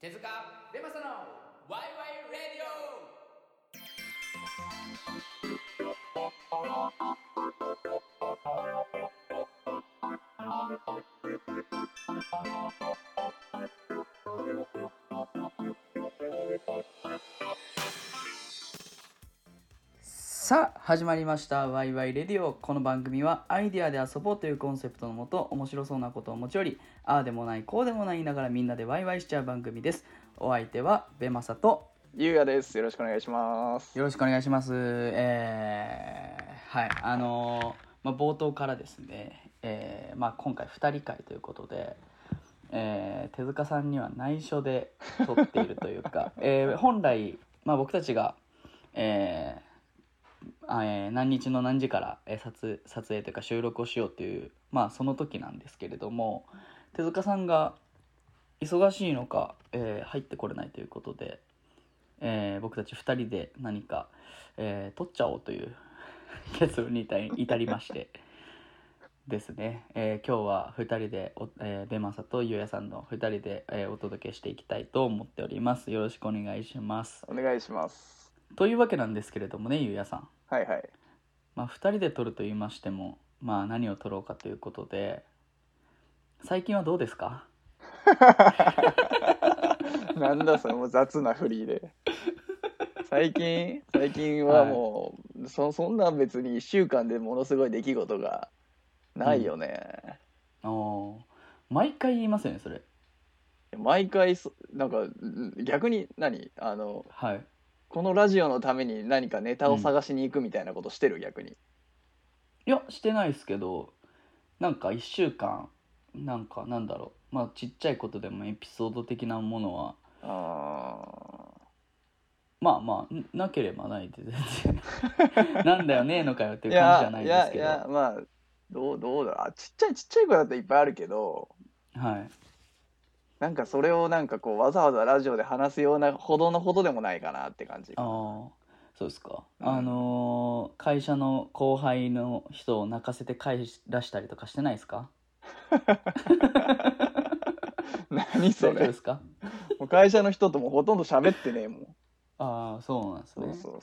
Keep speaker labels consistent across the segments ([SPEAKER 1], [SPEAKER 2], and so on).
[SPEAKER 1] 手塚レマサのワイワイレディ
[SPEAKER 2] さあ始まりました「ワイワイレディオ」この番組はアイデアで遊ぼうというコンセプトのもと面白そうなことを持ち寄りああでもないこうでもない言いながらみんなでワイワイしちゃう番組ですお相手はベマサと
[SPEAKER 3] ゆうやです。よろしくお願いします。
[SPEAKER 2] よろしくお願いしますえー、はいあのーまあ、冒頭からですね、えーまあ、今回2人会ということで、えー手塚さんには内緒で撮っているというか、 えー本来、まあ、僕たちが、えーあえー何日の何時から、えー撮撮影というか収録をしようという、まあ、その時なんですけれども手塚さんが忙しいのか、えー入ってこれないということで、えー僕たち2人で何か、えー撮っちゃおうという 結論に至り至りまして ですね、えー今日は2人でお、えーベマサとゆうやさんの2人で、えーお届けしていきたいと思っておりますよろしくお願いします
[SPEAKER 3] お願いします。
[SPEAKER 2] というわけなんですけれどもねゆうやさん
[SPEAKER 3] はいはい。
[SPEAKER 2] まあ、2人で撮ると言いましても、まあ、何を撮ろうかということで最近はどうですか
[SPEAKER 3] なんだそれもう雑なフリーで。最近最近はもう、そそんな別に1週間でものすごい出来事がないよね。
[SPEAKER 2] おー毎回言いますよねそれ
[SPEAKER 3] 毎回そなんかうん逆に何あの
[SPEAKER 2] はい
[SPEAKER 3] このラジオのために何かネタを探しに行くみたいなことしてる、逆に。
[SPEAKER 2] いやしてないですけどなんか1週間なんかなんだろうまあちっちゃいことでもエピソード的なものは
[SPEAKER 3] あ
[SPEAKER 2] まあまあんなければないで全然 なんだよねえのかよって
[SPEAKER 3] ー
[SPEAKER 2] い
[SPEAKER 3] いう
[SPEAKER 2] 感じじゃ
[SPEAKER 3] や
[SPEAKER 2] ないです
[SPEAKER 3] いやい
[SPEAKER 2] けど
[SPEAKER 3] やまあどうどうだろうあちっちゃいちっちゃい子だといっぱいあるけど。
[SPEAKER 2] はい
[SPEAKER 3] なんかそれをなんかこうわざわざラジオで話すようなほどのほどでもないかなって感じ
[SPEAKER 2] ああそうですか、
[SPEAKER 3] うん
[SPEAKER 2] あのー会社の後輩の人を泣かせて帰らしたりとかしてないですか
[SPEAKER 3] 何そ
[SPEAKER 2] 大丈夫
[SPEAKER 3] れ
[SPEAKER 2] ですか
[SPEAKER 3] もう会社の人ともほとんど喋ってねえもん
[SPEAKER 2] ああそうなんです
[SPEAKER 3] そ
[SPEAKER 2] ね
[SPEAKER 3] う
[SPEAKER 2] そ
[SPEAKER 3] そう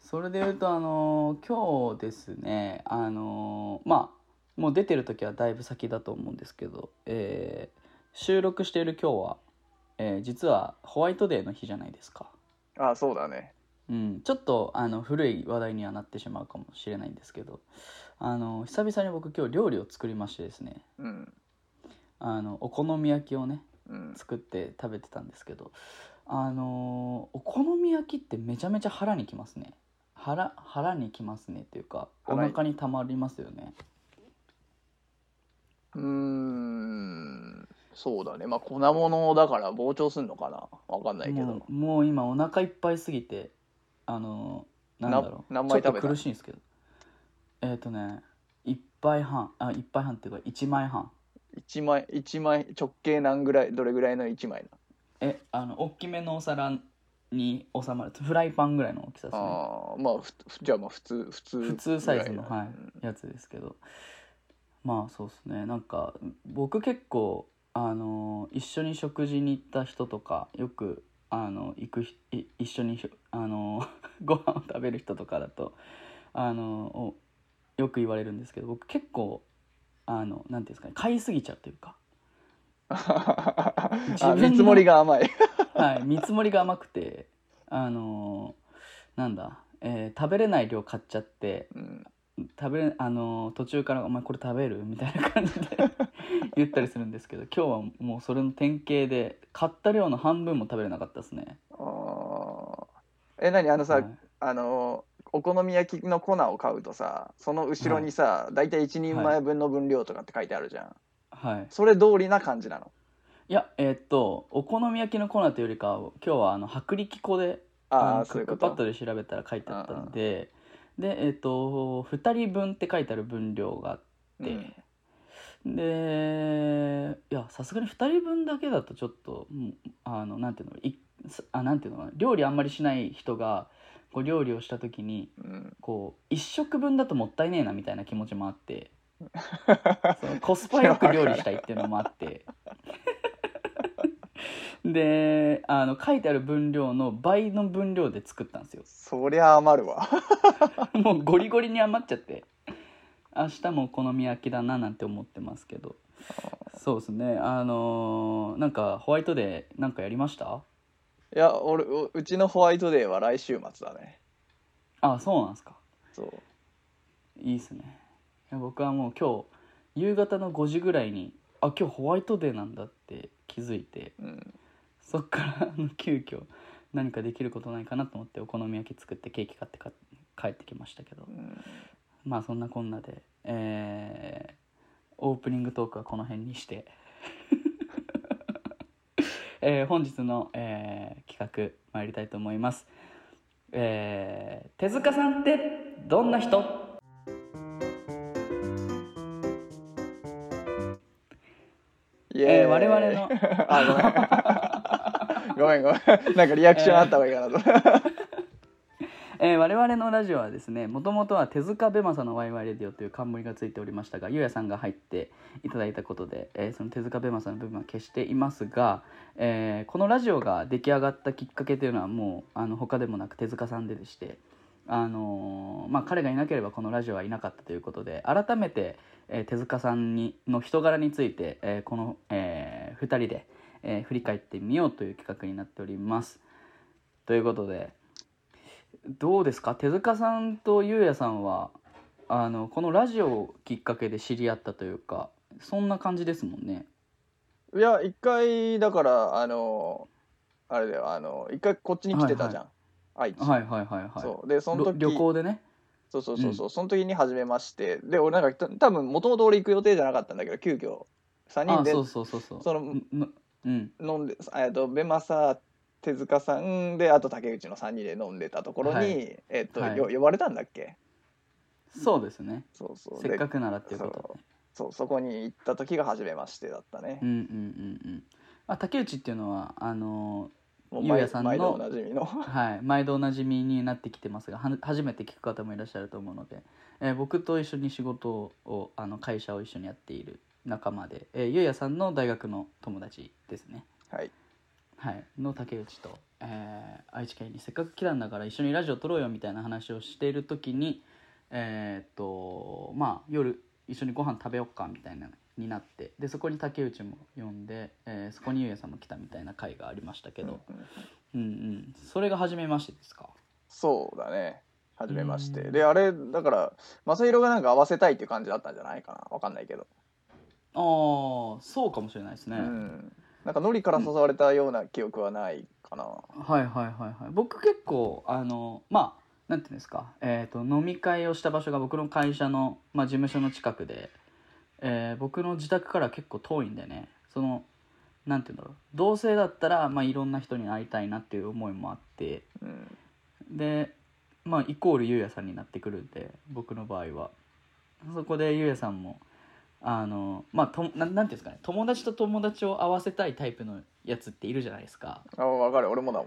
[SPEAKER 3] そう
[SPEAKER 2] れで言うとあのー今日ですねあのーまあもう出てる時はだいぶ先だと思うんですけど、えー収録している今日は、えー実はホワイトデーの日じゃないですか
[SPEAKER 3] ああそうだね
[SPEAKER 2] うん、ちょっとあの古い話題にはなってしまうかもしれないんですけどあの久々に僕今日料理を作りましてですね
[SPEAKER 3] うん
[SPEAKER 2] あのお好み焼きをね
[SPEAKER 3] うん
[SPEAKER 2] 作って食べてたんですけどあのお好み焼きってめちゃめちゃ腹にきますね腹腹にきますねっていうかお
[SPEAKER 3] 腹に
[SPEAKER 2] 腹にたまりますよね
[SPEAKER 3] うーんそうだねまあ粉物だから膨張すんのかなわかんないけど
[SPEAKER 2] もうもう今お腹いっぱいすぎてあのなんだろう
[SPEAKER 3] な何枚
[SPEAKER 2] ちょっ
[SPEAKER 3] 食べ
[SPEAKER 2] と
[SPEAKER 3] た
[SPEAKER 2] 苦しいんですけどえっ、とね一杯半あ一杯半っていうか一枚半
[SPEAKER 3] 一枚一枚直径何ぐらいどれぐらいの一枚
[SPEAKER 2] えあの大きめのお皿に収まるフライパンぐらいの大きさで
[SPEAKER 3] な
[SPEAKER 2] すね
[SPEAKER 3] ああまあふふじゃあまあ普通普通
[SPEAKER 2] 普通サイズの、
[SPEAKER 3] ぐら
[SPEAKER 2] はい
[SPEAKER 3] だね
[SPEAKER 2] い、やつですけどまあそうですねなんか僕結構あの一緒に食事に行った人とかよくあの行くひい一緒にひょあの ご飯を食べる人とかだとあのおよく言われるんですけど僕結構あのなんていうんですかね買いすぎちゃうというか自分の
[SPEAKER 3] あ見積もりが甘い
[SPEAKER 2] はい、見積もりが甘くて、あのーなんだ、えー食べれない量買っちゃって、
[SPEAKER 3] うん
[SPEAKER 2] 食べれ、あのー途中から、お前これ食べるみたいな感じで言ったりするんですけど、 今日はもうそれの典型で、買った量の半分も食べれなかったですね。
[SPEAKER 3] あーえ何あのさ、
[SPEAKER 2] はい
[SPEAKER 3] あのお好み焼きの粉を買うとさその後ろにさ、大体1人前分の分量とかって書いてあるじゃん、
[SPEAKER 2] はい。
[SPEAKER 3] それ通りな感じなの
[SPEAKER 2] いや、えーっと、お好み焼きの粉というよりかは、今日はあの薄力粉で、あ
[SPEAKER 3] あ
[SPEAKER 2] の
[SPEAKER 3] あ
[SPEAKER 2] ク
[SPEAKER 3] そうい
[SPEAKER 2] ッ
[SPEAKER 3] うこ
[SPEAKER 2] クパッド
[SPEAKER 3] と
[SPEAKER 2] で調べたら書いてあったんで、で、えーっと、2人分って書いてある分量があって、
[SPEAKER 3] うん
[SPEAKER 2] でいやさすがに2人分だけだとちょっとうんあのなんていうのいすあなんていうのかな料理あんまりしない人がこう料理をした時に
[SPEAKER 3] うん
[SPEAKER 2] こう1食分だともったいねえなみたいな気持ちもあって そのコスパよく料理したいっていうのもあってであの書いてある分量の倍の分量で作ったんですよ
[SPEAKER 3] そりゃ余るわ
[SPEAKER 2] もうゴリゴリに余っちゃって明日もお好み焼きだななんて思ってますけどそうですねあのーなんかホワイトデーなんかやりました
[SPEAKER 3] いや俺ううちのホワイトデーは来週末だね
[SPEAKER 2] あそうなんですか
[SPEAKER 3] そう
[SPEAKER 2] いいっすねいや僕はもう今日夕方の5時ぐらいにあ今日ホワイトデーなんだって気づいて
[SPEAKER 3] うん
[SPEAKER 2] そっからあの急遽何かできることないかなと思ってお好み焼き作ってケーキ買ってか帰ってきましたけど
[SPEAKER 3] うん
[SPEAKER 2] まあそんなこんなでえーオープニングトークはこの辺にして、 えー本日の、えー企画参りたいと思います、えー手塚さんってどんな人
[SPEAKER 3] イ
[SPEAKER 2] えー
[SPEAKER 3] エーイ
[SPEAKER 2] 我々の
[SPEAKER 3] あごめん ごめんごめんなんかリアクションあった方がいいかなと、
[SPEAKER 2] えー我々のラジオはですねもともとは手塚ベマさんの「ワイワイレディオ」という冠がついておりましたがゆうやさんが入っていただいたことで、えーその手塚ベマさんの部分は消していますが、えーこのラジオが出来上がったきっかけというのはもうあの他でもなく手塚さんででして、あのーまあ、彼がいなければこのラジオはいなかったということで改めて、えー手塚さんにの人柄について、えーこの、え2人で、えー振り返ってみようという企画になっております。ということでどうですか手塚さんとゆうやさんはあのこのラジオをきっかけで知り合ったというかそんな感じですもんね
[SPEAKER 3] いや一回だからあのあれだよあの一回こっちに来てたじゃん、愛知、
[SPEAKER 2] はいはいはいはい
[SPEAKER 3] そうでその
[SPEAKER 2] ろ
[SPEAKER 3] 時
[SPEAKER 2] 旅行でね
[SPEAKER 3] そうそうそうそう、その時に初めましてで俺なんかた多分もともと俺行く予定じゃなかったんだけど急遽3
[SPEAKER 2] あ
[SPEAKER 3] 人で
[SPEAKER 2] そうそうそうそう
[SPEAKER 3] その
[SPEAKER 2] んのうん
[SPEAKER 3] 飲んでえっとベマサ手塚さんであと竹内の3人で飲んでたところに、
[SPEAKER 2] はい
[SPEAKER 3] えっと、
[SPEAKER 2] はい
[SPEAKER 3] よ呼ばれたんだっけ
[SPEAKER 2] そうですね
[SPEAKER 3] そうそう
[SPEAKER 2] せっかくならっていう
[SPEAKER 3] そ
[SPEAKER 2] こと
[SPEAKER 3] うそうそこに行った時が初めましてだった
[SPEAKER 2] で
[SPEAKER 3] ね
[SPEAKER 2] う、んうんうんうんあ竹内っていうのはあの
[SPEAKER 3] も
[SPEAKER 2] ゆ
[SPEAKER 3] う
[SPEAKER 2] う
[SPEAKER 3] 毎
[SPEAKER 2] やさんの
[SPEAKER 3] 毎度おなじみの
[SPEAKER 2] はい、毎度おなじみになってきてますがは初めて聞く方もいらっしゃると思うので、えー僕と一緒に仕事をあの会社を一緒にやっている仲間で、えーゆうやさんの大学の友達ですね、
[SPEAKER 3] はい
[SPEAKER 2] はい、の竹内と、えー愛知県にせっかく来たんだから一緒にラジオ撮ろうよみたいな話をしている時にえーっとまあ夜一緒にご飯食べよっかみたいなになってでそこに竹内も呼んで、えーそこにゆうやさんも来たみたいな回がありましたけど、
[SPEAKER 3] うん
[SPEAKER 2] うんうん、それが初めましてですか
[SPEAKER 3] そうだね初めまして、
[SPEAKER 2] うん
[SPEAKER 3] であれだから正宏がなんか合わせたいっていう感じだったんじゃないかなわかんないけど、
[SPEAKER 2] ああそうかもしれないですね、
[SPEAKER 3] うんなんかノリから誘われたような記憶はないかな、
[SPEAKER 2] はいはいはいはい僕結構あのまあなんていうんですか、えー、と飲み会をした場所が僕の会社の、まあ、事務所の近くで、えー僕の自宅から結構遠いんでねそのなんていうんだろう同性だったら、まあ、いろんな人に会いたいなっていう思いもあって
[SPEAKER 3] うん
[SPEAKER 2] でまあイコールゆうやさんになってくるんで僕の場合はそこでゆうやさんもあのまあとななんていうんですかね友達と友達を合わせたいタイプのやつっているじゃないですか
[SPEAKER 3] あ分かる俺もだもん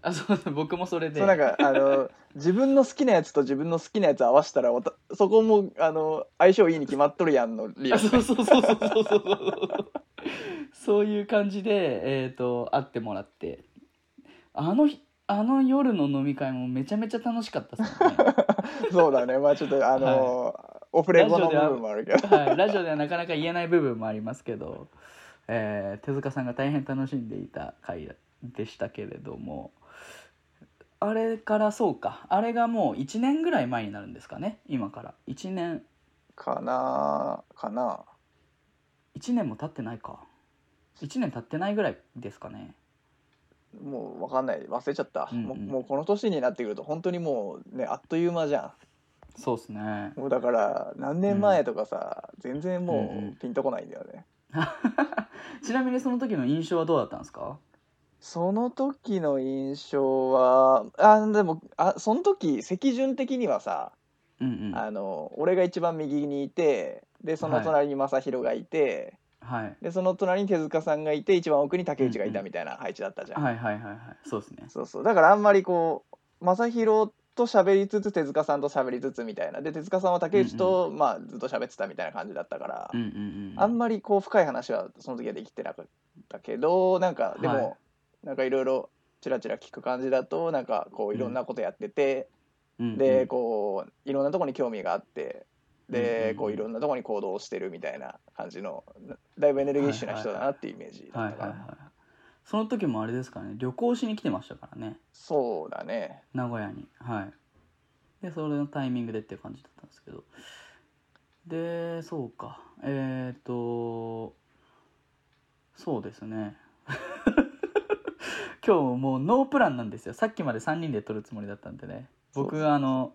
[SPEAKER 2] あそう僕もそれで
[SPEAKER 3] そうなんかあの自分の好きなやつと自分の好きなやつ合わせたらわたそこもあの相性いいに決まっとるやんの理
[SPEAKER 2] あ
[SPEAKER 3] 由
[SPEAKER 2] そうそうそうそうそうそうそうそういう感じで、えー、と会ってもらってあの日あの夜の飲み会もめちゃめちゃ楽しかったですよね、
[SPEAKER 3] そうだねまあちょっとあの、オフレコの部分もあるけど
[SPEAKER 2] はい、ラジオではなかなか言えない部分もありますけど、えー手塚さんが大変楽しんでいた回でしたけれどもあれからそうかあれがもう1年ぐらい前になるんですかね今から1年
[SPEAKER 3] かなかな
[SPEAKER 2] 1年も経ってないか1年経ってないぐらいですかね
[SPEAKER 3] もう分かんない忘れちゃった、
[SPEAKER 2] うんうん
[SPEAKER 3] もうもうこの年になってくると本当にもうねあっという間じゃ
[SPEAKER 2] そうですね
[SPEAKER 3] んもうだから何年前とかさ、全然も
[SPEAKER 2] うんうん
[SPEAKER 3] うピンとこないんだよね、
[SPEAKER 2] ちなみにその時の印象はどうだったんですか
[SPEAKER 3] その時の印象はあでもあその時席順的にはさ、
[SPEAKER 2] うんうんは
[SPEAKER 3] あの俺が一番右にいてでその隣に正宏がいて、
[SPEAKER 2] い
[SPEAKER 3] でその隣に手塚さんがいて一番奥に竹内がいたみたいな配置だったじゃん、
[SPEAKER 2] はいはいはいはいそうですね
[SPEAKER 3] そうそうだからあんまりこう正宏と喋りつつ手塚さんと喋りつつみたいなで手塚さんは竹内と、まあ、ずっと喋ってたみたいな感じだったから、
[SPEAKER 2] うんうんうん
[SPEAKER 3] あんまりこう深い話はその時はできてなかっったけどなんかでも、
[SPEAKER 2] はい
[SPEAKER 3] なんかいろいろちらちら聞く感じだとなんかこういろんなことやってて、
[SPEAKER 2] うん
[SPEAKER 3] で、
[SPEAKER 2] うん
[SPEAKER 3] こういろんなとこに興味があってで、
[SPEAKER 2] うん
[SPEAKER 3] こういろんなとこに行動してるみたいな感じのなだいぶエネルギッシュな人だなっていうイメージだ
[SPEAKER 2] は
[SPEAKER 3] っ
[SPEAKER 2] い
[SPEAKER 3] た
[SPEAKER 2] はい
[SPEAKER 3] かな、
[SPEAKER 2] はいその時もあれですからね旅行しに来てましたからね
[SPEAKER 3] そうだね
[SPEAKER 2] 名古屋にはいでそれのタイミングでっていう感じだったんですけどでそうかえっ、とそうですね 今日もうノープランなんですよさっきまで3人で撮るつもりだったんでね
[SPEAKER 3] そう
[SPEAKER 2] 僕
[SPEAKER 3] そうそう
[SPEAKER 2] あの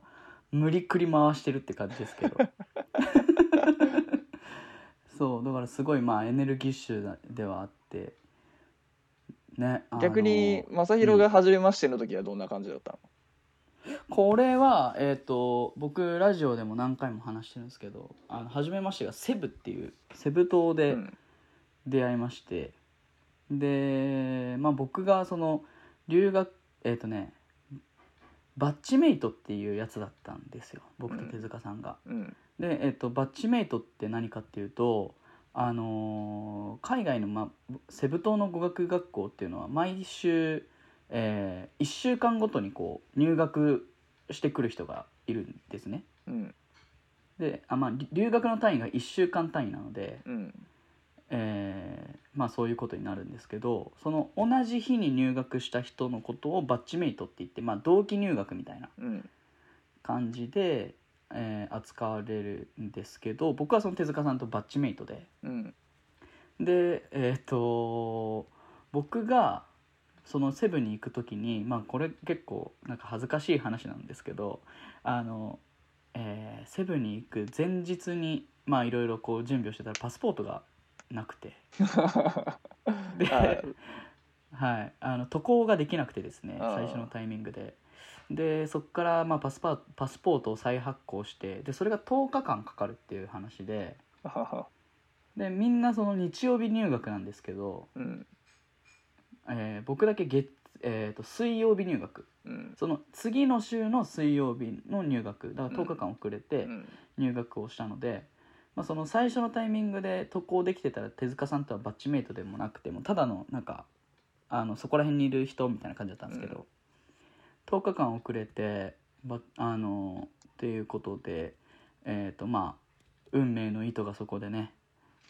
[SPEAKER 2] 無理くり回してるって感じです けどそうだからすごいまあエネルギッシュではあってねあの
[SPEAKER 3] 逆に正宏が初めましての時はどんな感じだったの、
[SPEAKER 2] これは、えー、と僕ラジオでも何回も話してるんですけどあの初めましてがセブっていうセブ島
[SPEAKER 3] う
[SPEAKER 2] で
[SPEAKER 3] ん
[SPEAKER 2] 出会いまして、で、まあ、僕がその留学えっ、とねバッチメイトっていうやつだったんですよ僕と手塚さんが。
[SPEAKER 3] うん
[SPEAKER 2] で、えっとバッチメイトって何かっていうと、あのー海外の、ま、セブ島の語学学校っていうのは毎週、え1週間ごとにこう入学してくる人がいるんですね。
[SPEAKER 3] うん
[SPEAKER 2] であ、まあ、り留学の単位が1週間単位なので、
[SPEAKER 3] うん
[SPEAKER 2] えーまあ、そういうことになるんですけどその同じ日に入学した人のことをバッチメイトって言って、まあ、同期入学みたいな
[SPEAKER 3] うん
[SPEAKER 2] 感じで、えー扱われるんですけど僕はその手塚さんとバッチメイトで
[SPEAKER 3] うん
[SPEAKER 2] でえっ、と僕がそのセブンに行く時にまあこれ結構なんか恥ずかしい話なんですけどあの、えーセブンに行く前日にまあいろいろこう準備をしてたらパスポートがなくてで、
[SPEAKER 3] は い
[SPEAKER 2] はい、あの渡航ができなくてですね
[SPEAKER 3] あー
[SPEAKER 2] 最初のタイミングででそこからまあパスパパスポートを再発行してでそれが10日間かかるっていう話ででみんなその日曜日入学なんですけど、
[SPEAKER 3] うん
[SPEAKER 2] えー僕だけ月、えー、と水曜日入学
[SPEAKER 3] うん
[SPEAKER 2] その次の週の水曜日の入学だから
[SPEAKER 3] うん
[SPEAKER 2] 10日間遅れ
[SPEAKER 3] う
[SPEAKER 2] て
[SPEAKER 3] ん
[SPEAKER 2] 入学をしたので、まあ、その最初のタイミングで渡航できてたら手塚さんとはバッチメイトでもなくてもうただのなんかあのそこら辺にいる人みたいな感じだったんですけど、10日間遅れてばあのっていうことでえっ、とまあ運命の糸がそこでね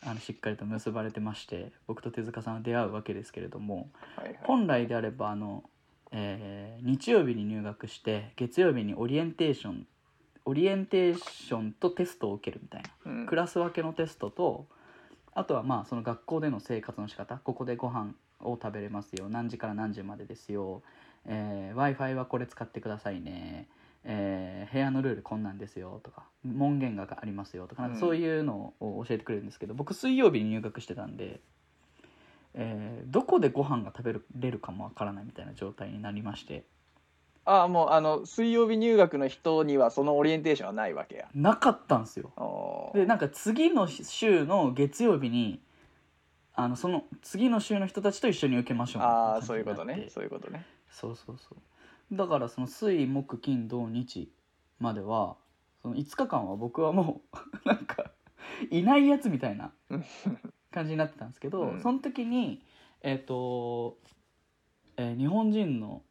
[SPEAKER 2] あのしっかりと結ばれてまして僕と手塚さんは出会うわけですけれども、
[SPEAKER 3] はいはい
[SPEAKER 2] 本来であればあの、えー日曜日に入学して月曜日にオリエンテーションオリエンテーションとテストを受けるみたいな、
[SPEAKER 3] うん
[SPEAKER 2] クラス分けのテストとあとはまあその学校での生活の仕方ここでご飯を食べれますよ何時から何時までですよ、え w i f i はこれ使ってくださいね、えー部屋のルールこんなんですよとか門限がありますよとかなんか
[SPEAKER 3] うん
[SPEAKER 2] そういうのを教えてくれるんですけど、僕水曜日に入学してたんで、えーどこでご飯が食べれるかもわからないみたいな状態になりまして
[SPEAKER 3] ああもうあの水曜日入学の人にはそのオリエンテーションはないわけや。
[SPEAKER 2] なかったんですよ。
[SPEAKER 3] お
[SPEAKER 2] でなんか次の週の月曜日にあのその次の週の人たちと一緒に受けましょうみたいな
[SPEAKER 3] ああ
[SPEAKER 2] 感じ
[SPEAKER 3] そういうこと
[SPEAKER 2] になっ
[SPEAKER 3] ね
[SPEAKER 2] て
[SPEAKER 3] そういうことね。
[SPEAKER 2] そうそうそうだからその水木金土日まではその5日間は僕はもう なんかいないやつみたい な
[SPEAKER 3] うん
[SPEAKER 2] 感じになってたんですけど、
[SPEAKER 3] うん
[SPEAKER 2] その時にえっ、と、えー日本人の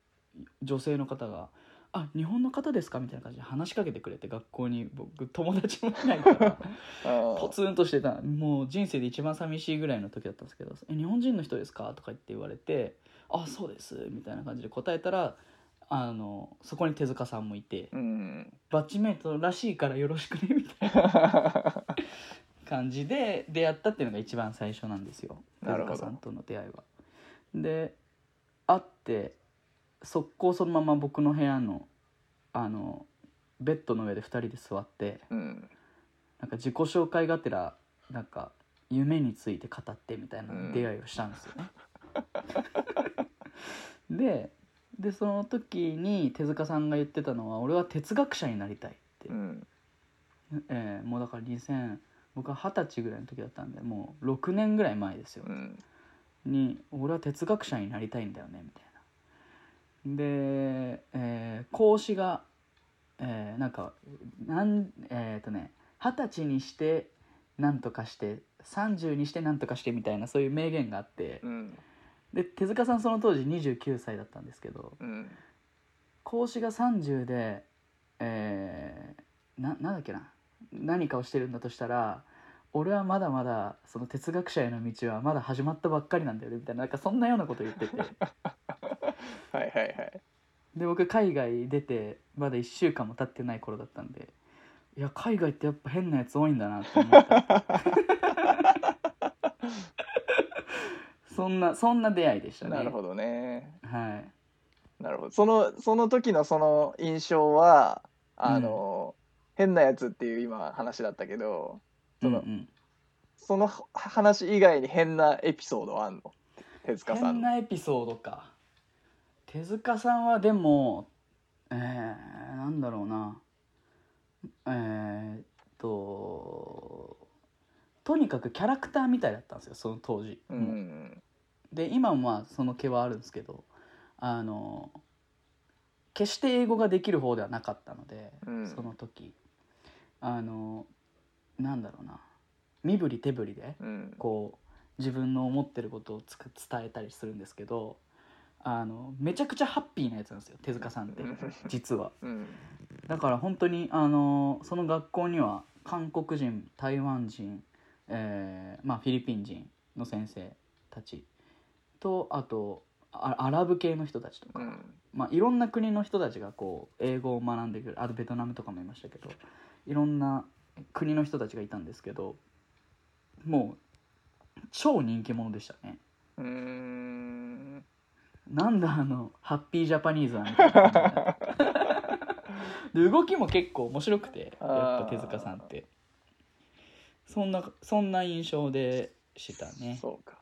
[SPEAKER 2] 女性の方が「あ日本の方ですか?」みたいな感じで話しかけてくれて学校に僕友達もいないから。
[SPEAKER 3] あ
[SPEAKER 2] ポツンとしてたもう人生で一番寂しいぐらいの時だったんですけど「え日本人の人ですか?」とか言って言われて「あそうです」みたいな感じで答えたらあのそこに手塚さんもいて
[SPEAKER 3] うん。
[SPEAKER 2] 「バッチメイトらしいからよろしくね」みたいな 感じで出会ったっていうのが一番最初なんですよ手
[SPEAKER 3] なるほ
[SPEAKER 2] 塚さ
[SPEAKER 3] ど
[SPEAKER 2] んとの出会いは。で会って速攻そのまま僕の部屋のあのベッドの上で2人で座って。
[SPEAKER 3] うん。
[SPEAKER 2] なんか自己紹介がてらなんか夢について語ってみたいな
[SPEAKER 3] うん
[SPEAKER 2] 出会いをしたんですよね。 ででその時に手塚さんが言ってたのは「俺は哲学者になりたい」って、
[SPEAKER 3] うん。
[SPEAKER 2] えーもうだから2000僕は二十歳ぐらいの時だったんでもう6年ぐらい前ですよ、
[SPEAKER 3] うん。
[SPEAKER 2] に「俺は哲学者になりたいんだよね」みたいな。で、えー孔子が、えーなんかなんえっ、とね二十歳にしてなんとかして30にしてなんとかしてみたいなそういう名言があって
[SPEAKER 3] うん
[SPEAKER 2] で手塚さんその当時29歳だったんですけど
[SPEAKER 3] うん
[SPEAKER 2] 孔子が30でえー、ななんだっけな何かをしてるんだとしたら俺はまだまだその哲学者への道はまだ始まったばっかりなんだよねみたいななんかそんなようなこと言 ってて
[SPEAKER 3] はいはいはい
[SPEAKER 2] で僕海外出てまだ1週間も経ってない頃だったんでいや海外ってやっぱ変なやつ多いんだなって思った そんなそんな出会いでしたね
[SPEAKER 3] なるほどね
[SPEAKER 2] はい
[SPEAKER 3] なるほどそのその時のその印象はあの、変なやつっていう今話だったけどその
[SPEAKER 2] うんうん
[SPEAKER 3] そのは話以外に変なエピソードはあんの手塚さ
[SPEAKER 2] 変
[SPEAKER 3] んの
[SPEAKER 2] なエピソードか手塚さんはでもえー、なんだろうなえー、っととにかくキャラクターみたいだったんですよその当時、
[SPEAKER 3] うん
[SPEAKER 2] で今もまあその毛はあるんですけどあの決して英語ができる方ではなかったので、
[SPEAKER 3] うん
[SPEAKER 2] その時あのなんだろうな身振り手振りで
[SPEAKER 3] うん
[SPEAKER 2] こう自分の思ってることをつく伝えたりするんですけどあのめちゃくちゃハッピーなやつなんですよ手塚さんって
[SPEAKER 3] うん
[SPEAKER 2] 実は
[SPEAKER 3] うん
[SPEAKER 2] だから本当にあのその学校には韓国人台湾人、えーまあ、フィリピン人の先生たちとあとあアラブ系の人たちとか、
[SPEAKER 3] うん
[SPEAKER 2] まあ、いろんな国の人たちがこう英語を学んでくるあとベトナムとかもいましたけどいろんな国の人たちがいたんですけどもう超人気者でしたね
[SPEAKER 3] うーん
[SPEAKER 2] なんだあのハッピージャパニーズはみたいな感じで動きも結構面白くてやっぱ手塚さんってそんなそんな印象でしたね
[SPEAKER 3] そうか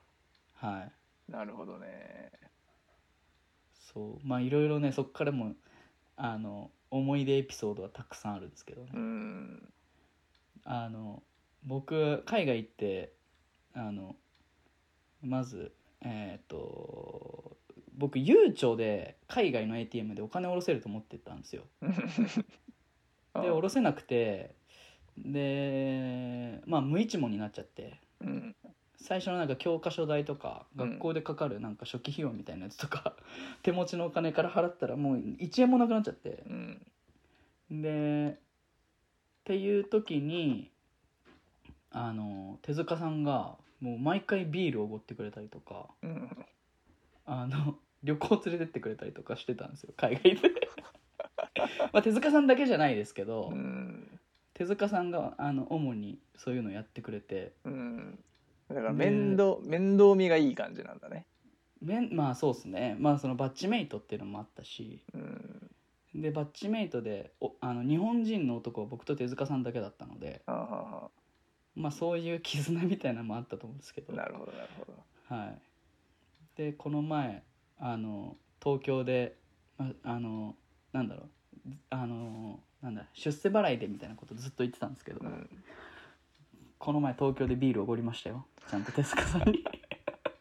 [SPEAKER 2] はい
[SPEAKER 3] なるほどね
[SPEAKER 2] そうまあいろいろねそっからもあの思い出エピソードはたくさんあるんですけどね
[SPEAKER 3] うん
[SPEAKER 2] あの僕海外行ってあのまずえっ、と僕悠長で海外の ATM でお金下ろせると思ってたんですよ
[SPEAKER 3] あ
[SPEAKER 2] で下ろせなくてでまあ無一文になっちゃって
[SPEAKER 3] うん
[SPEAKER 2] 最初のなんか教科書代とか
[SPEAKER 3] うん
[SPEAKER 2] 学校でかかるなんか初期費用みたいなやつとか、 手持ちのお金から払ったらもう1円もなくなっちゃって
[SPEAKER 3] うん
[SPEAKER 2] でっていう時にあの手塚さんがもう毎回ビールをおごってくれたりとか
[SPEAKER 3] うん
[SPEAKER 2] あの 旅行連れてってくれたりとかしてたんですよ海外で まあ手塚さんだけじゃないですけど、
[SPEAKER 3] うん
[SPEAKER 2] 手塚さんがあの主にそういうのやってくれて
[SPEAKER 3] うんだから面倒面倒見がいい感じなんだね
[SPEAKER 2] めんまあそうですねまあそのバッチメイトっていうのもあったし
[SPEAKER 3] うん
[SPEAKER 2] でバッチメイトでおあの日本人の男は僕と手塚さんだけだったので
[SPEAKER 3] あはは
[SPEAKER 2] まあそういう絆みたいなのもあったと思うんですけど
[SPEAKER 3] なるほどなるほど
[SPEAKER 2] はい、でこの前あの東京でああのなんだろうあのなんだ出世払いでみたいなことずっと言ってたんですけど、
[SPEAKER 3] うん
[SPEAKER 2] この前東京でビールおごりましたよちゃんと手塚さんに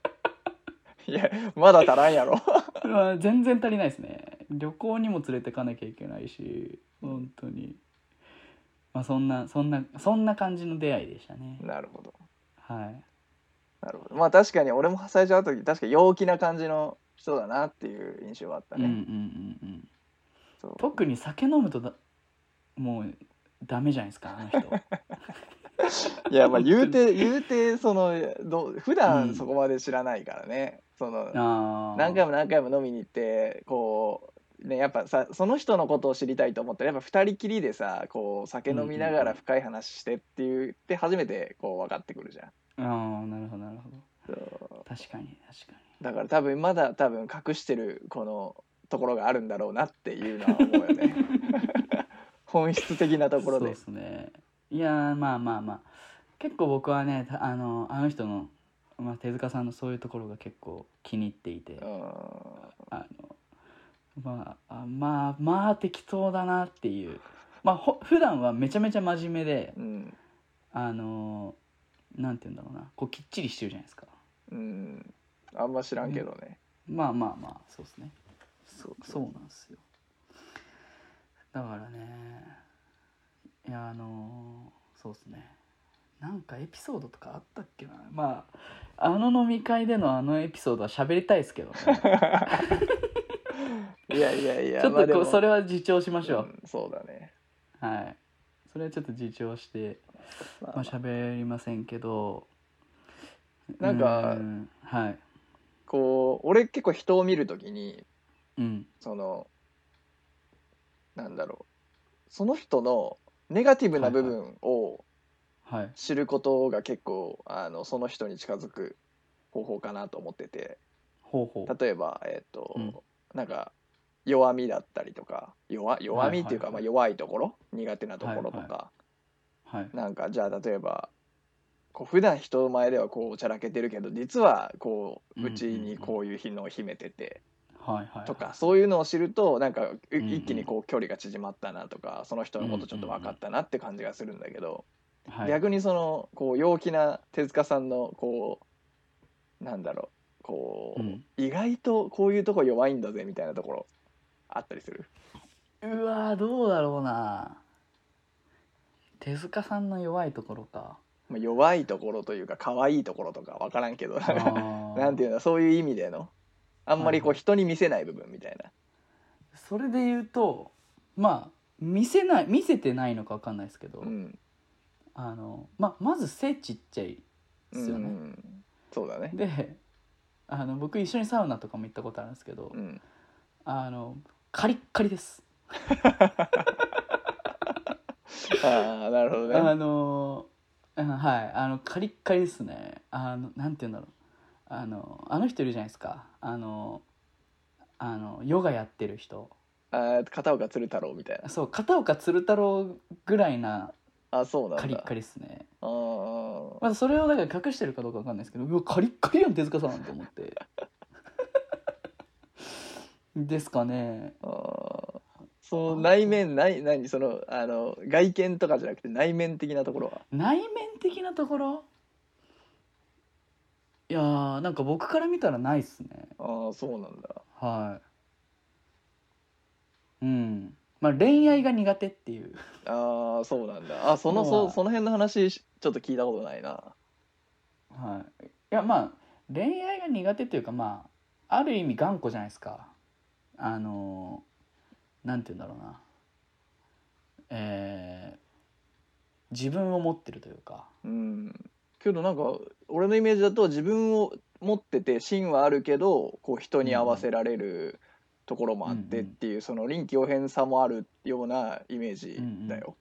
[SPEAKER 3] いやまだ足らんやろ
[SPEAKER 2] まあ全然足りないですね旅行にも連れてかなきゃいけないし本当にまあそんなそんなそんな感じの出会いでしたね
[SPEAKER 3] なるほど
[SPEAKER 2] はい
[SPEAKER 3] なるほどまあ確かに俺も最初会った時確か陽気な感じの人だなっていう印象はあった
[SPEAKER 2] うん
[SPEAKER 3] ね、
[SPEAKER 2] うんうんうん
[SPEAKER 3] そう
[SPEAKER 2] 特に酒飲むとだもうダメじゃないですかあの人
[SPEAKER 3] いやまあ言う て言うてそのどう普
[SPEAKER 2] う
[SPEAKER 3] 段
[SPEAKER 2] ん
[SPEAKER 3] そこまで知らないからね、その
[SPEAKER 2] あ
[SPEAKER 3] 何回も何回も飲みに行ってこうねやっぱさその人のことを知りたいと思ったらやっぱ二人きりでさこう酒飲みながら深い話してって言って初めてこう分かってくるじゃん。
[SPEAKER 2] ああなるほどなるほど
[SPEAKER 3] そう
[SPEAKER 2] 確かに確か
[SPEAKER 3] だから多分まだ多分隠してるこのところがあるんだろうなっていうのは思うよ ね本質的なと
[SPEAKER 2] に
[SPEAKER 3] ころ
[SPEAKER 2] そう
[SPEAKER 3] で
[SPEAKER 2] ですねいやーまあまあまあ結構僕はねたあのあの人の、まあ、手塚さんのそういうところが結構気に入っていて
[SPEAKER 3] うん
[SPEAKER 2] あのまああまあまあ適当だなっていうまあほ普段はめちゃめちゃ真面目で
[SPEAKER 3] うん
[SPEAKER 2] あのなんて言うんだろうなこうきっちりしてるじゃないですか
[SPEAKER 3] うんあんま知らんけどね、
[SPEAKER 2] まあまあまあそうですね
[SPEAKER 3] そう
[SPEAKER 2] そうなんですよだからねいやあのそうですねなんかエピソードとかあったっけなまああの飲み会でのあのエピソードは喋りたいですけどね、
[SPEAKER 3] いやいや いや
[SPEAKER 2] ちょっ
[SPEAKER 3] まあ
[SPEAKER 2] と
[SPEAKER 3] で
[SPEAKER 2] こう
[SPEAKER 3] も
[SPEAKER 2] それは自重しましょう、
[SPEAKER 3] んそうだね
[SPEAKER 2] はいそれはちょっと自重して
[SPEAKER 3] まあ
[SPEAKER 2] まあ喋りませんけど
[SPEAKER 3] なんか
[SPEAKER 2] うはい
[SPEAKER 3] こう俺結構人を見るときに
[SPEAKER 2] うん
[SPEAKER 3] そのなんだろうその人のネガティブな部分を
[SPEAKER 2] はい
[SPEAKER 3] 知ることが結構あのその人に近づく方法かなと思ってて
[SPEAKER 2] ほうほう
[SPEAKER 3] 例えばえっ、と、
[SPEAKER 2] うん
[SPEAKER 3] なんか弱みだったりとか弱弱みっていうか、
[SPEAKER 2] はいはいはい
[SPEAKER 3] まあ、弱いところ苦手なところとか、
[SPEAKER 2] はいはい
[SPEAKER 3] なんかじゃあ例えばこう普段人前ではこうおちゃらけてるけど実はこ
[SPEAKER 2] うんうう
[SPEAKER 3] うん
[SPEAKER 2] ん
[SPEAKER 3] うちにこういう日のを秘めてて
[SPEAKER 2] はいはい
[SPEAKER 3] とかそういうのを知るとなんかう
[SPEAKER 2] うんうん
[SPEAKER 3] 一気にこう距離が縮まったなとかその人のことちょっと分かったなって感じがするんだけど
[SPEAKER 2] はい
[SPEAKER 3] 逆にそのこう陽気な手塚さんのこうなんだろうこ
[SPEAKER 2] うん
[SPEAKER 3] う意外とこういうとこ弱いんだぜみたいなところあったりする
[SPEAKER 2] うわーどうだろうな手塚さんの弱いところか
[SPEAKER 3] まあ弱いところというか可愛いところとか分からんけどなんか な
[SPEAKER 2] なん
[SPEAKER 3] ていうのそういう意味でのあんまりこう人に見せない部分みたいな、
[SPEAKER 2] それで言うとまあ見せない見せてないのか分かんないですけど、
[SPEAKER 3] うん
[SPEAKER 2] あのままず背ちっちゃいですよ
[SPEAKER 3] う
[SPEAKER 2] ね、
[SPEAKER 3] んそうだね
[SPEAKER 2] であの僕一緒にサウナとかも行ったことあるんですけど、
[SPEAKER 3] うん
[SPEAKER 2] あのカリッカリです、
[SPEAKER 3] ああなるほどね
[SPEAKER 2] あのうんはいあのカリッカリですねあのなんて言うんだろうあのあの人いるじゃないですかあのあのヨガやってる人
[SPEAKER 3] あー片岡鶴太郎みたいな
[SPEAKER 2] そう片岡鶴太郎ぐらいな
[SPEAKER 3] あそうなんだ
[SPEAKER 2] カリッカリですね
[SPEAKER 3] あー
[SPEAKER 2] まあ、それをなんか隠してるかどうかわかんないですけどうわカリッカリやん手塚さんと思って ですかね
[SPEAKER 3] あーその内面ない何そのあの外見とかじゃなくて内面的なところは
[SPEAKER 2] 内面的なところいやーなんか僕から見たらないっすね
[SPEAKER 3] ああそうなんだ
[SPEAKER 2] はいうんまあ恋愛が苦手っていう
[SPEAKER 3] ああそうなんだあその
[SPEAKER 2] まあ
[SPEAKER 3] そうその辺の話しちょっと聞いたことないな
[SPEAKER 2] はいいやまあ恋愛が苦手というかまあある意味頑固じゃないですかあのーなんて言うんだろうなえー自分を持ってるというか
[SPEAKER 3] うんけどなんか俺のイメージだと自分を持ってて芯はあるけどこう人に合わせられるところもあってっていう、その臨機応変さもあるようなイメージだよ、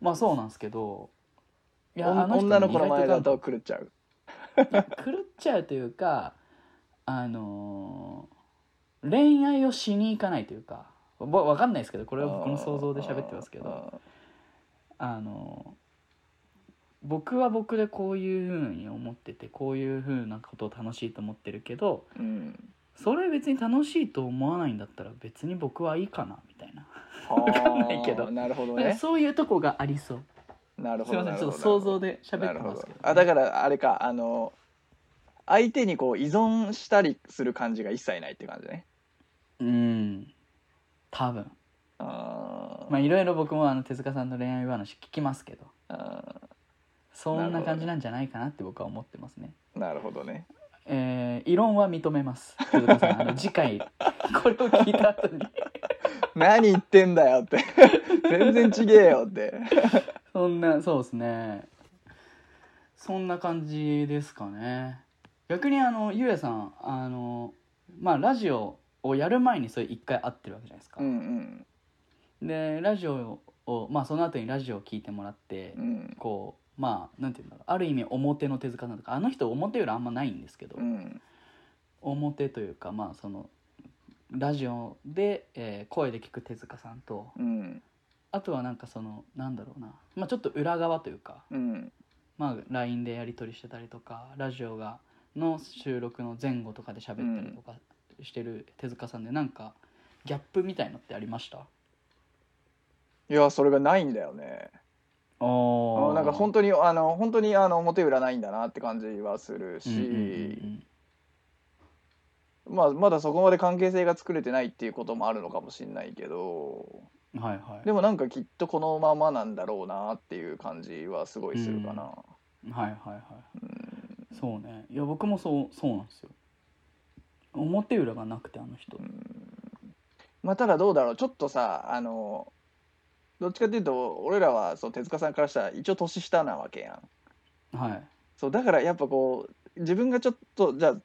[SPEAKER 2] まあそうなんですけどい
[SPEAKER 3] おん
[SPEAKER 2] 人
[SPEAKER 3] 女の子の前だ
[SPEAKER 2] 意外
[SPEAKER 3] と狂っちゃう
[SPEAKER 2] と狂っちゃうというかあのー恋愛をしに行かないというかわわかんないですけどこ
[SPEAKER 3] こ
[SPEAKER 2] れは僕の想像で喋ってますけどあの僕は僕でこういうふうに思っててこういうふうなことを楽しいと思ってるけど
[SPEAKER 3] うん
[SPEAKER 2] それ別に楽しいと思わないんだったら別に僕はいいかなみたいな
[SPEAKER 3] わ
[SPEAKER 2] かんないけど
[SPEAKER 3] なるほど
[SPEAKER 2] なんか
[SPEAKER 3] ね
[SPEAKER 2] そういうとこがありそう
[SPEAKER 3] なる
[SPEAKER 2] す
[SPEAKER 3] ほ
[SPEAKER 2] い
[SPEAKER 3] ど
[SPEAKER 2] ません
[SPEAKER 3] な
[SPEAKER 2] ち
[SPEAKER 3] る
[SPEAKER 2] ょ
[SPEAKER 3] ほ
[SPEAKER 2] っと想
[SPEAKER 3] ど
[SPEAKER 2] 像で喋
[SPEAKER 3] な
[SPEAKER 2] っ
[SPEAKER 3] る
[SPEAKER 2] て
[SPEAKER 3] ほ
[SPEAKER 2] ます
[SPEAKER 3] ど
[SPEAKER 2] けど、
[SPEAKER 3] あだからあれかあの相手にこう依存したりする感じが一切ないって感じね
[SPEAKER 2] うん多分
[SPEAKER 3] あー、
[SPEAKER 2] まあいろいろ僕もあの手塚さんの恋愛話聞きますけど
[SPEAKER 3] あ
[SPEAKER 2] そん
[SPEAKER 3] なるほ
[SPEAKER 2] な
[SPEAKER 3] ど
[SPEAKER 2] 感じなんじゃないかなって僕は思ってますね
[SPEAKER 3] ーなるほどね
[SPEAKER 2] えー異論は認めます手塚さんあの次回これを聞いた後に
[SPEAKER 3] 何言ってんだよって 全然ちげえよって
[SPEAKER 2] そんなそうですねそんな感じですかね逆にあのゆうやさんあのまあラジオをやる前にそれ一回会ってるわけじゃないですか、
[SPEAKER 3] うんうん
[SPEAKER 2] でラジオをまあその後にラジオを聞いてもらって、
[SPEAKER 3] うん
[SPEAKER 2] こうまあなんていうんだろうある意味表の手塚さんとかあの人表よりあんまないんですけど、
[SPEAKER 3] うん
[SPEAKER 2] 表というかまあそのラジオで、えー声で聞く手塚さんと
[SPEAKER 3] うん
[SPEAKER 2] あとはなんかそのなんだろうな、まあ、ちょっと裏側というか、
[SPEAKER 3] うん
[SPEAKER 2] まあ、LINE でやり取りしてたりとかラジオがの収録の前後とかで喋ったりとかしてる手塚さんで、なんかギャップみたいのってありましたあ
[SPEAKER 3] いやそれがないんだよねあ
[SPEAKER 2] あ
[SPEAKER 3] のなんか本当にあの本当にあの表裏ないんだなって感じはするし、まあまだそこまで関係性が作れてないっていうこともあるのかもしれないけど
[SPEAKER 2] はいはいはい
[SPEAKER 3] でもなんかきっとこのままなんだろうなっていう感じはすごいするかな。
[SPEAKER 2] はいはいはい
[SPEAKER 3] うん
[SPEAKER 2] そうねいや僕もそうそうなんですよ表裏がなくてあの人
[SPEAKER 3] まあただどうだろうちょっとさあのどっちかっていうと俺らはそう手塚さんからしたら一応年下なわけやん。
[SPEAKER 2] はい
[SPEAKER 3] そうだからやっぱこう自分がちょっとじゃあ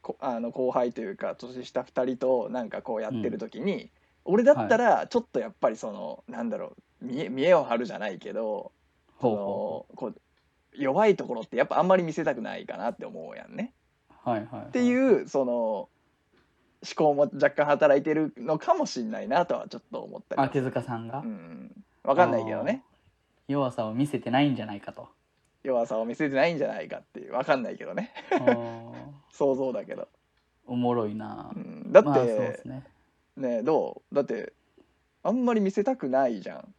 [SPEAKER 3] こあの後輩というか年下2人となんかこうやってる時に、俺だったらちょっとやっぱりその、なんだろう見え見栄を張るじゃないけど
[SPEAKER 2] ほうほ
[SPEAKER 3] そのこう弱いところってやっぱあんまり見せたくないかなって思うやんね。
[SPEAKER 2] うほうはいはいっ
[SPEAKER 3] っていうその思考も若干働いてるのかもしんないなとはちょっと思ったり
[SPEAKER 2] あ
[SPEAKER 3] は
[SPEAKER 2] 手塚さんが、
[SPEAKER 3] うん、わかんないけどね
[SPEAKER 2] 弱さを見せてないんじゃないか と
[SPEAKER 3] 弱さを見せてないんじゃないかっていうわかんないけどね
[SPEAKER 2] あー
[SPEAKER 3] 想像だけど、
[SPEAKER 2] おもろいな
[SPEAKER 3] うん、だって、
[SPEAKER 2] まあそうですね
[SPEAKER 3] ねえどうだってあんまり見せたくないじゃん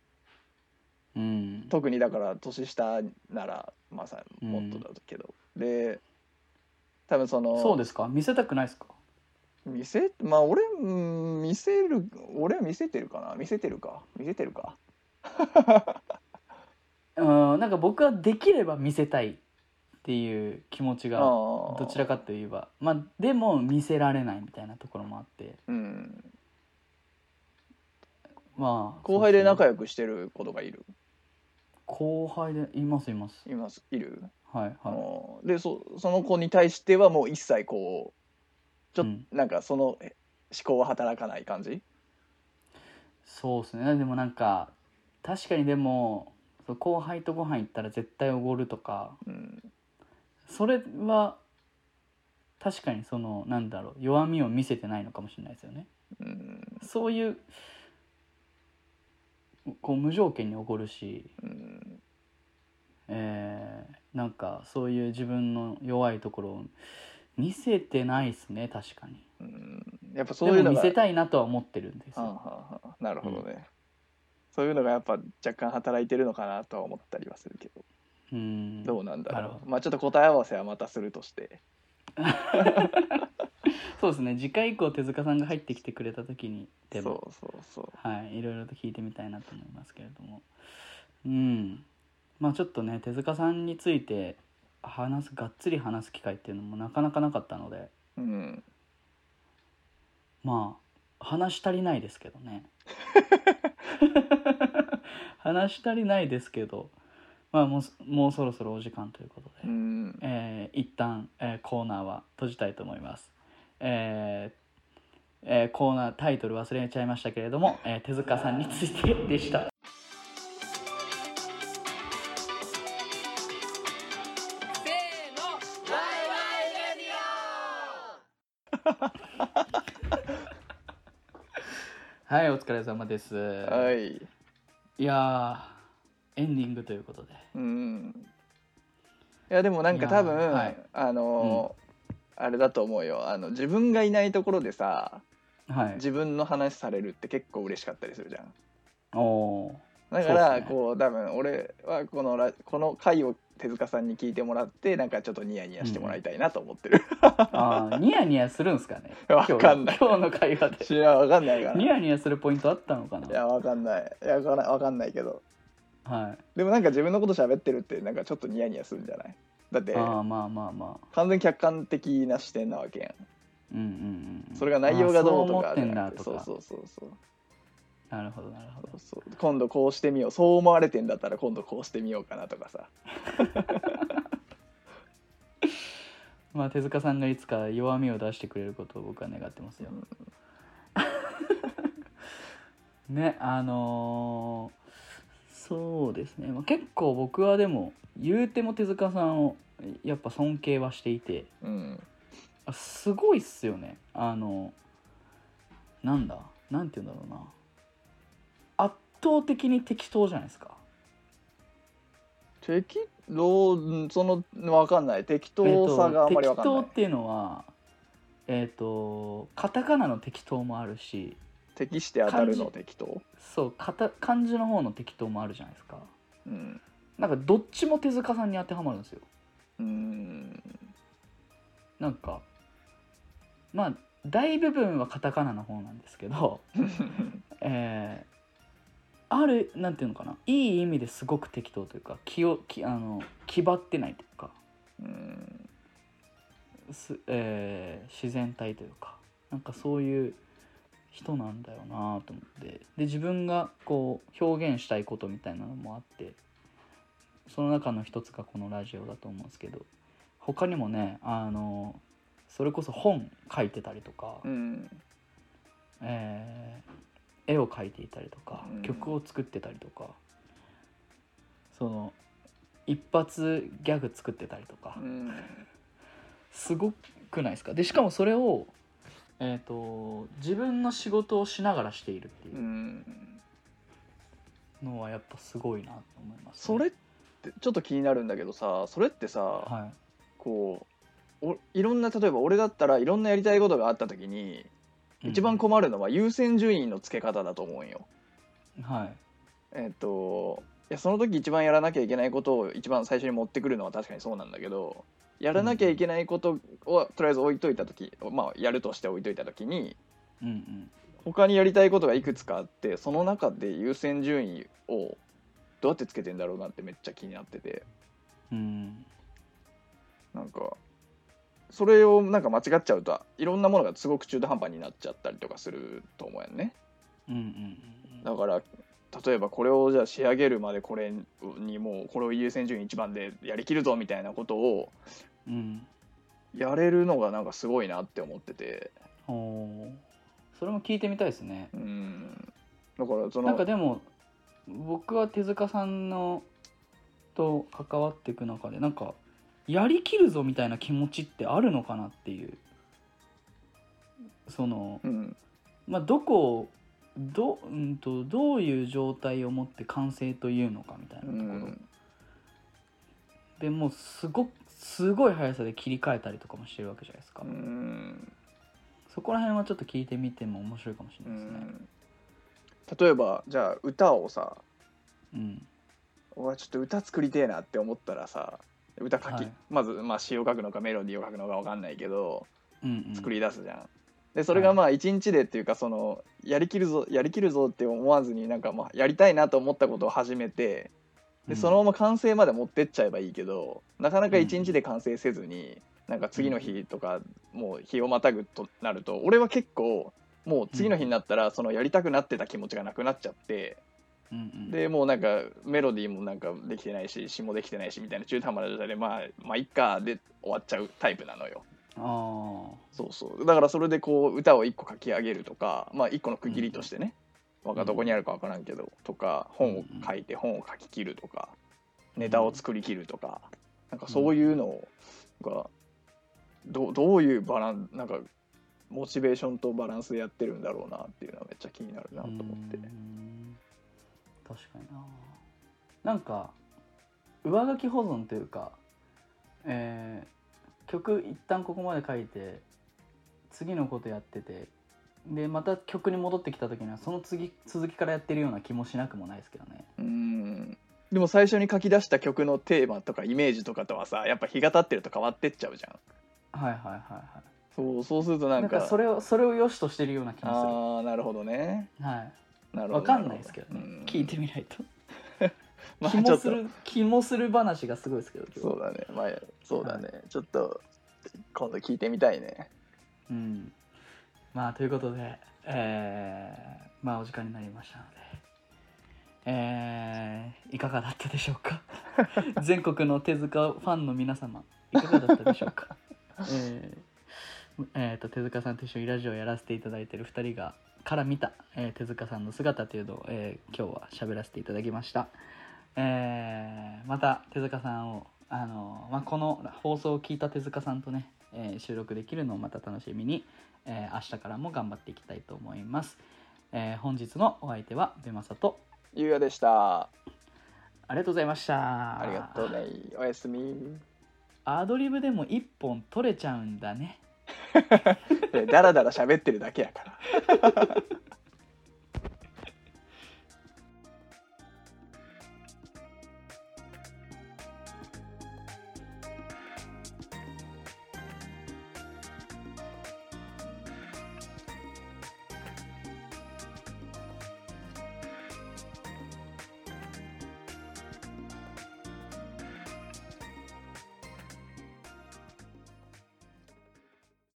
[SPEAKER 2] うん
[SPEAKER 3] 特にだから年下ならまあさもっとだけど、で多分その
[SPEAKER 2] そうですか見せたくないですか
[SPEAKER 3] 見せまあ俺うん見せる俺は見せてるかな見せてるか見せてるか
[SPEAKER 2] うんなんか僕はできれば見せたいっていう気持ちがど
[SPEAKER 3] ど
[SPEAKER 2] ちらかといえばまあでも見せられないみたいなところもあって
[SPEAKER 3] うん
[SPEAKER 2] まあ
[SPEAKER 3] 後輩で仲
[SPEAKER 2] 良
[SPEAKER 3] 良くしてる子とかいる
[SPEAKER 2] 後輩でいますいます
[SPEAKER 3] いますいる、
[SPEAKER 2] はいは
[SPEAKER 3] うんでそその子に対してはもう一切こうちょっと、
[SPEAKER 2] うん
[SPEAKER 3] なんかそのえ思考は働かない感じ
[SPEAKER 2] いそうですねでもなんか確かにでもそう後輩とご飯行ったら絶対おごるとか
[SPEAKER 3] うん
[SPEAKER 2] それは確かにそのなんだろう弱みを見せてないのかもしれないですよね
[SPEAKER 3] うん
[SPEAKER 2] そういうこう無条件におごるし、
[SPEAKER 3] うん
[SPEAKER 2] えーなんかそういう自分の弱いところを見せてないですね確かに
[SPEAKER 3] うんやっぱそう
[SPEAKER 2] で
[SPEAKER 3] いう
[SPEAKER 2] も
[SPEAKER 3] の
[SPEAKER 2] 見
[SPEAKER 3] が
[SPEAKER 2] せたいなとは思ってるんです
[SPEAKER 3] はあは
[SPEAKER 2] よ
[SPEAKER 3] あはあなるほどね、そういうのがやっぱ若干働いてるのかなとは思ったりはするけど
[SPEAKER 2] うん
[SPEAKER 3] どうなんだ
[SPEAKER 2] なる
[SPEAKER 3] ろ
[SPEAKER 2] ほ
[SPEAKER 3] う、まあちょっと答え合わせはまたするとして
[SPEAKER 2] そうですね次回以降手塚さんが入ってきてくれた時に
[SPEAKER 3] そ
[SPEAKER 2] で
[SPEAKER 3] う
[SPEAKER 2] も
[SPEAKER 3] そうそう
[SPEAKER 2] はいいろいろと聞いてみたいなと思いますけれどもうんまあちょっとね手塚さんについて話すがっつり話す機会っていうのもなかなかなかったので
[SPEAKER 3] うん
[SPEAKER 2] まあ話足りないですけど ね話足りないですけどまあもうそもうそろそろお時間ということで、
[SPEAKER 3] うん
[SPEAKER 2] えー一旦、えーコーナーは閉じたいと思います、えーえーコーナータイトル忘れちゃいましたけれども、えー手塚さんについてでした
[SPEAKER 1] せーのワイワイレディ
[SPEAKER 2] はいお疲れ様です、、
[SPEAKER 3] はいい
[SPEAKER 2] やーエンディングということで
[SPEAKER 3] うんいやでもなんか多分、
[SPEAKER 2] いやはい
[SPEAKER 3] あのーあれだと思うよあの自分がいないところでさ
[SPEAKER 2] はい
[SPEAKER 3] 自分の話されるって結構嬉しかったりするじゃん
[SPEAKER 2] おおー
[SPEAKER 3] だか
[SPEAKER 2] そう
[SPEAKER 3] ら
[SPEAKER 2] っすね
[SPEAKER 3] こう多分俺はこのラこの回を手塚さんに聞いてもらってなんかちょっとニヤニヤしてもらいたいなと思っ てる、
[SPEAKER 2] あーニヤニヤするんですかね
[SPEAKER 3] わかんない
[SPEAKER 2] 今日の今日の会話で
[SPEAKER 3] いやわかんないから
[SPEAKER 2] ニ
[SPEAKER 3] い
[SPEAKER 2] ヤニヤするポイントあったのかな
[SPEAKER 3] やわかんないいやわかんないわかんないけど
[SPEAKER 2] はい
[SPEAKER 3] でもなんか自分のこと喋ってるってなんかちょっとニヤニヤするんじゃないだって
[SPEAKER 2] ああまあまあまあ
[SPEAKER 3] 完全に客観的な視点なわけやん
[SPEAKER 2] うんうんうん
[SPEAKER 3] それが内容がどうと
[SPEAKER 2] あ
[SPEAKER 3] か
[SPEAKER 2] ーそう思って
[SPEAKER 3] じ
[SPEAKER 2] ん
[SPEAKER 3] ゃな
[SPEAKER 2] だ
[SPEAKER 3] くて
[SPEAKER 2] とか
[SPEAKER 3] そうそうそうそう
[SPEAKER 2] なるほどなるほど
[SPEAKER 3] そうそう今度こうしてみようそう思われてんだったら今度こうしてみようかなとかさ
[SPEAKER 2] まあ手塚さんがいつか弱みを出してくれることを僕は願ってます よ。ねあのーそうですね、まあ、結構僕はでも言うても手塚さんをやっぱ尊敬はしていて
[SPEAKER 3] うん
[SPEAKER 2] あすごいっすよねあのなんだなんて言うんだろうな圧倒的に適当じゃないですか
[SPEAKER 3] 適当うんそのわかんない適当さがあんまりわかんな
[SPEAKER 2] え
[SPEAKER 3] い
[SPEAKER 2] っと適当っていうのはえっ、とカタカナの適当もあるし
[SPEAKER 3] 適して当たるの
[SPEAKER 2] 感じ
[SPEAKER 3] 適当
[SPEAKER 2] そうかた漢字の方の適当もあるじゃないですか
[SPEAKER 3] うん
[SPEAKER 2] なんかどっちも手塚さんに当てはまるんですよ
[SPEAKER 3] うん
[SPEAKER 2] なんかまあ大部分はカタカナの方なんですけど、えあるなんていうのかないい意味ですごく適当というか気を気あの気張ってないというか
[SPEAKER 3] うん
[SPEAKER 2] す、えー自然体というかなんかそういう人なんだよなと思ってで自分がこう表現したいことみたいなのもあってその中の一つがこのラジオだと思うんですけど他にもねあのそれこそ本書いてたりとか、
[SPEAKER 3] うん
[SPEAKER 2] えー絵を描いていたりとか
[SPEAKER 3] うん
[SPEAKER 2] 曲を作ってたりとか、その一発ギャグ作ってたりとか、
[SPEAKER 3] うん
[SPEAKER 2] すごくないですかでしかもそれを、えー、と自分の仕事をしながらしているって
[SPEAKER 3] う
[SPEAKER 2] いうんのはやっぱすごいなと思いますね、
[SPEAKER 3] それってちょっと気になるんだけどさそれってさ、
[SPEAKER 2] は
[SPEAKER 3] こうおいろんな例えば俺だったらいろんなやりたいことがあった時に
[SPEAKER 2] い、
[SPEAKER 3] 一番
[SPEAKER 2] こ、
[SPEAKER 3] 困るのは優先順位の付け方だと思うんよ。
[SPEAKER 2] はい
[SPEAKER 3] えっといやその時一番やらなきゃいけないことを一番最初に持ってくるのは確かにそうなんだけどやらなきゃいけないことをとりあえず置いといた時、まあ、やるとして置いといた時に
[SPEAKER 2] うんうん、
[SPEAKER 3] 他にやりたいことがいくつかあってその中で優先順位をどうやってつけてんだろうなってめっちゃ気になってて
[SPEAKER 2] うん、
[SPEAKER 3] なんかそれをなんか間違っちゃうといろんなものがすごく中途半端になっちゃったりとかすると思うよね。
[SPEAKER 2] うんうんうん
[SPEAKER 3] だから例えばこれをじゃあ仕上げるまでこれにもうこれを優先順位一番でやりきるぞみたいなことを
[SPEAKER 2] うん
[SPEAKER 3] やれるのがなんかすごいなって思ってて
[SPEAKER 2] うんおーそれも聞いてみたいですね
[SPEAKER 3] うんだからその
[SPEAKER 2] なんかでも僕は手塚さんのと関わっていく中でなんかやりきるぞみたいな気持ちってあるのかなっていうその
[SPEAKER 3] うん
[SPEAKER 2] まあどこをど,、うん、とどういう状態をもって完成というのかみたいな
[SPEAKER 3] う
[SPEAKER 2] ところ、
[SPEAKER 3] ん
[SPEAKER 2] でもうすごくすごい速さで切り替えたりとかもしてるわけじゃないですか、
[SPEAKER 3] うん
[SPEAKER 2] そこら辺はちょっと聞いてみても面白いかもしれ
[SPEAKER 3] う
[SPEAKER 2] ないですね
[SPEAKER 3] ん例えばじゃあ歌をさ
[SPEAKER 2] うん
[SPEAKER 3] うわちょっと歌作りてえなって思ったらさ歌書き、
[SPEAKER 2] はい
[SPEAKER 3] まず、まあ、詩を書くのかメロディーを書くのか分かんないけど
[SPEAKER 2] うんうん
[SPEAKER 3] 作り出すじゃん。でそれがまあ一日でっていうかそのやりきるぞやりきるぞって思わずになんかまあやりたいなと思ったことを始めて
[SPEAKER 2] うん
[SPEAKER 3] でそのまま完成まで持ってっちゃえばいいけどなかなか一日で完成せずになんか次の日とかもう日をまたぐとなると俺は結構もう次の日になったらそのやりたくなってた気持ちがなくなっちゃって。
[SPEAKER 2] うんうん
[SPEAKER 3] でもうなんかメロディーもなんかできてないし詞もできてないしみたいな中途半端な状態でまあまあいっかで終わっちゃうタイプなのよ
[SPEAKER 2] あー
[SPEAKER 3] そうそうだからそれでこう歌を1個書き上げるとかまあ1個の区切りとしてね、まあどこにあるか分からんけどとか本を書いて本を書き切るとかネタを作り切るとかなんかそういうのがどどういうバランなんかモチベーションとバランスでやってるんだろうなっていうのはめっちゃ気になるなと思って
[SPEAKER 2] うー。ん確かにななんか上書き保存というか、えー曲一旦ここまで書いて次のことやっててでまた曲に戻ってきた時にはその次続きからやってるような気もしなくもないですけどね
[SPEAKER 3] うんでも最初に書き出した曲のテーマとかイメージとかとはさやっぱ日が経ってると変わってっちゃうじゃん
[SPEAKER 2] はいはいはいは
[SPEAKER 3] そうそうするとない
[SPEAKER 2] なんん
[SPEAKER 3] か
[SPEAKER 2] かそれをそれを良しとしてるような気も
[SPEAKER 3] ああなるほどね
[SPEAKER 2] するはい
[SPEAKER 3] なるほど
[SPEAKER 2] わかんないですけどね
[SPEAKER 3] うん
[SPEAKER 2] 聞いてみないと、
[SPEAKER 3] まあ
[SPEAKER 2] 気
[SPEAKER 3] ちょ
[SPEAKER 2] も
[SPEAKER 3] っ
[SPEAKER 2] す
[SPEAKER 3] と
[SPEAKER 2] る気もする話がすごいですけど今日
[SPEAKER 3] そうだねまあそうだね、ちょっと今度聞いてみたいね
[SPEAKER 2] うん、まあということで、えーまあお時間になりましたので、えーいかがだったでしょうか 全国の手塚ファンの皆様いかがだったでしょうか、えーえーと手塚さんと一緒にラジオをやらせていただいている2人がから見た、えー手塚さんの姿というのを、えー今日は喋らせていただきました、えーまた手塚さんをあの、まあ、この放送を聞いた手塚さんとね、えー収録できるのをまた楽しみに、えー明日からも頑張っていきたいと思います、えー本日のお相手はベマサと
[SPEAKER 3] ゆうやでした
[SPEAKER 2] ありがとうございました
[SPEAKER 3] ありがとうねおやすみ
[SPEAKER 2] アドリブでも1本取れちゃうんだね
[SPEAKER 3] でダラダラ喋ってるだけやから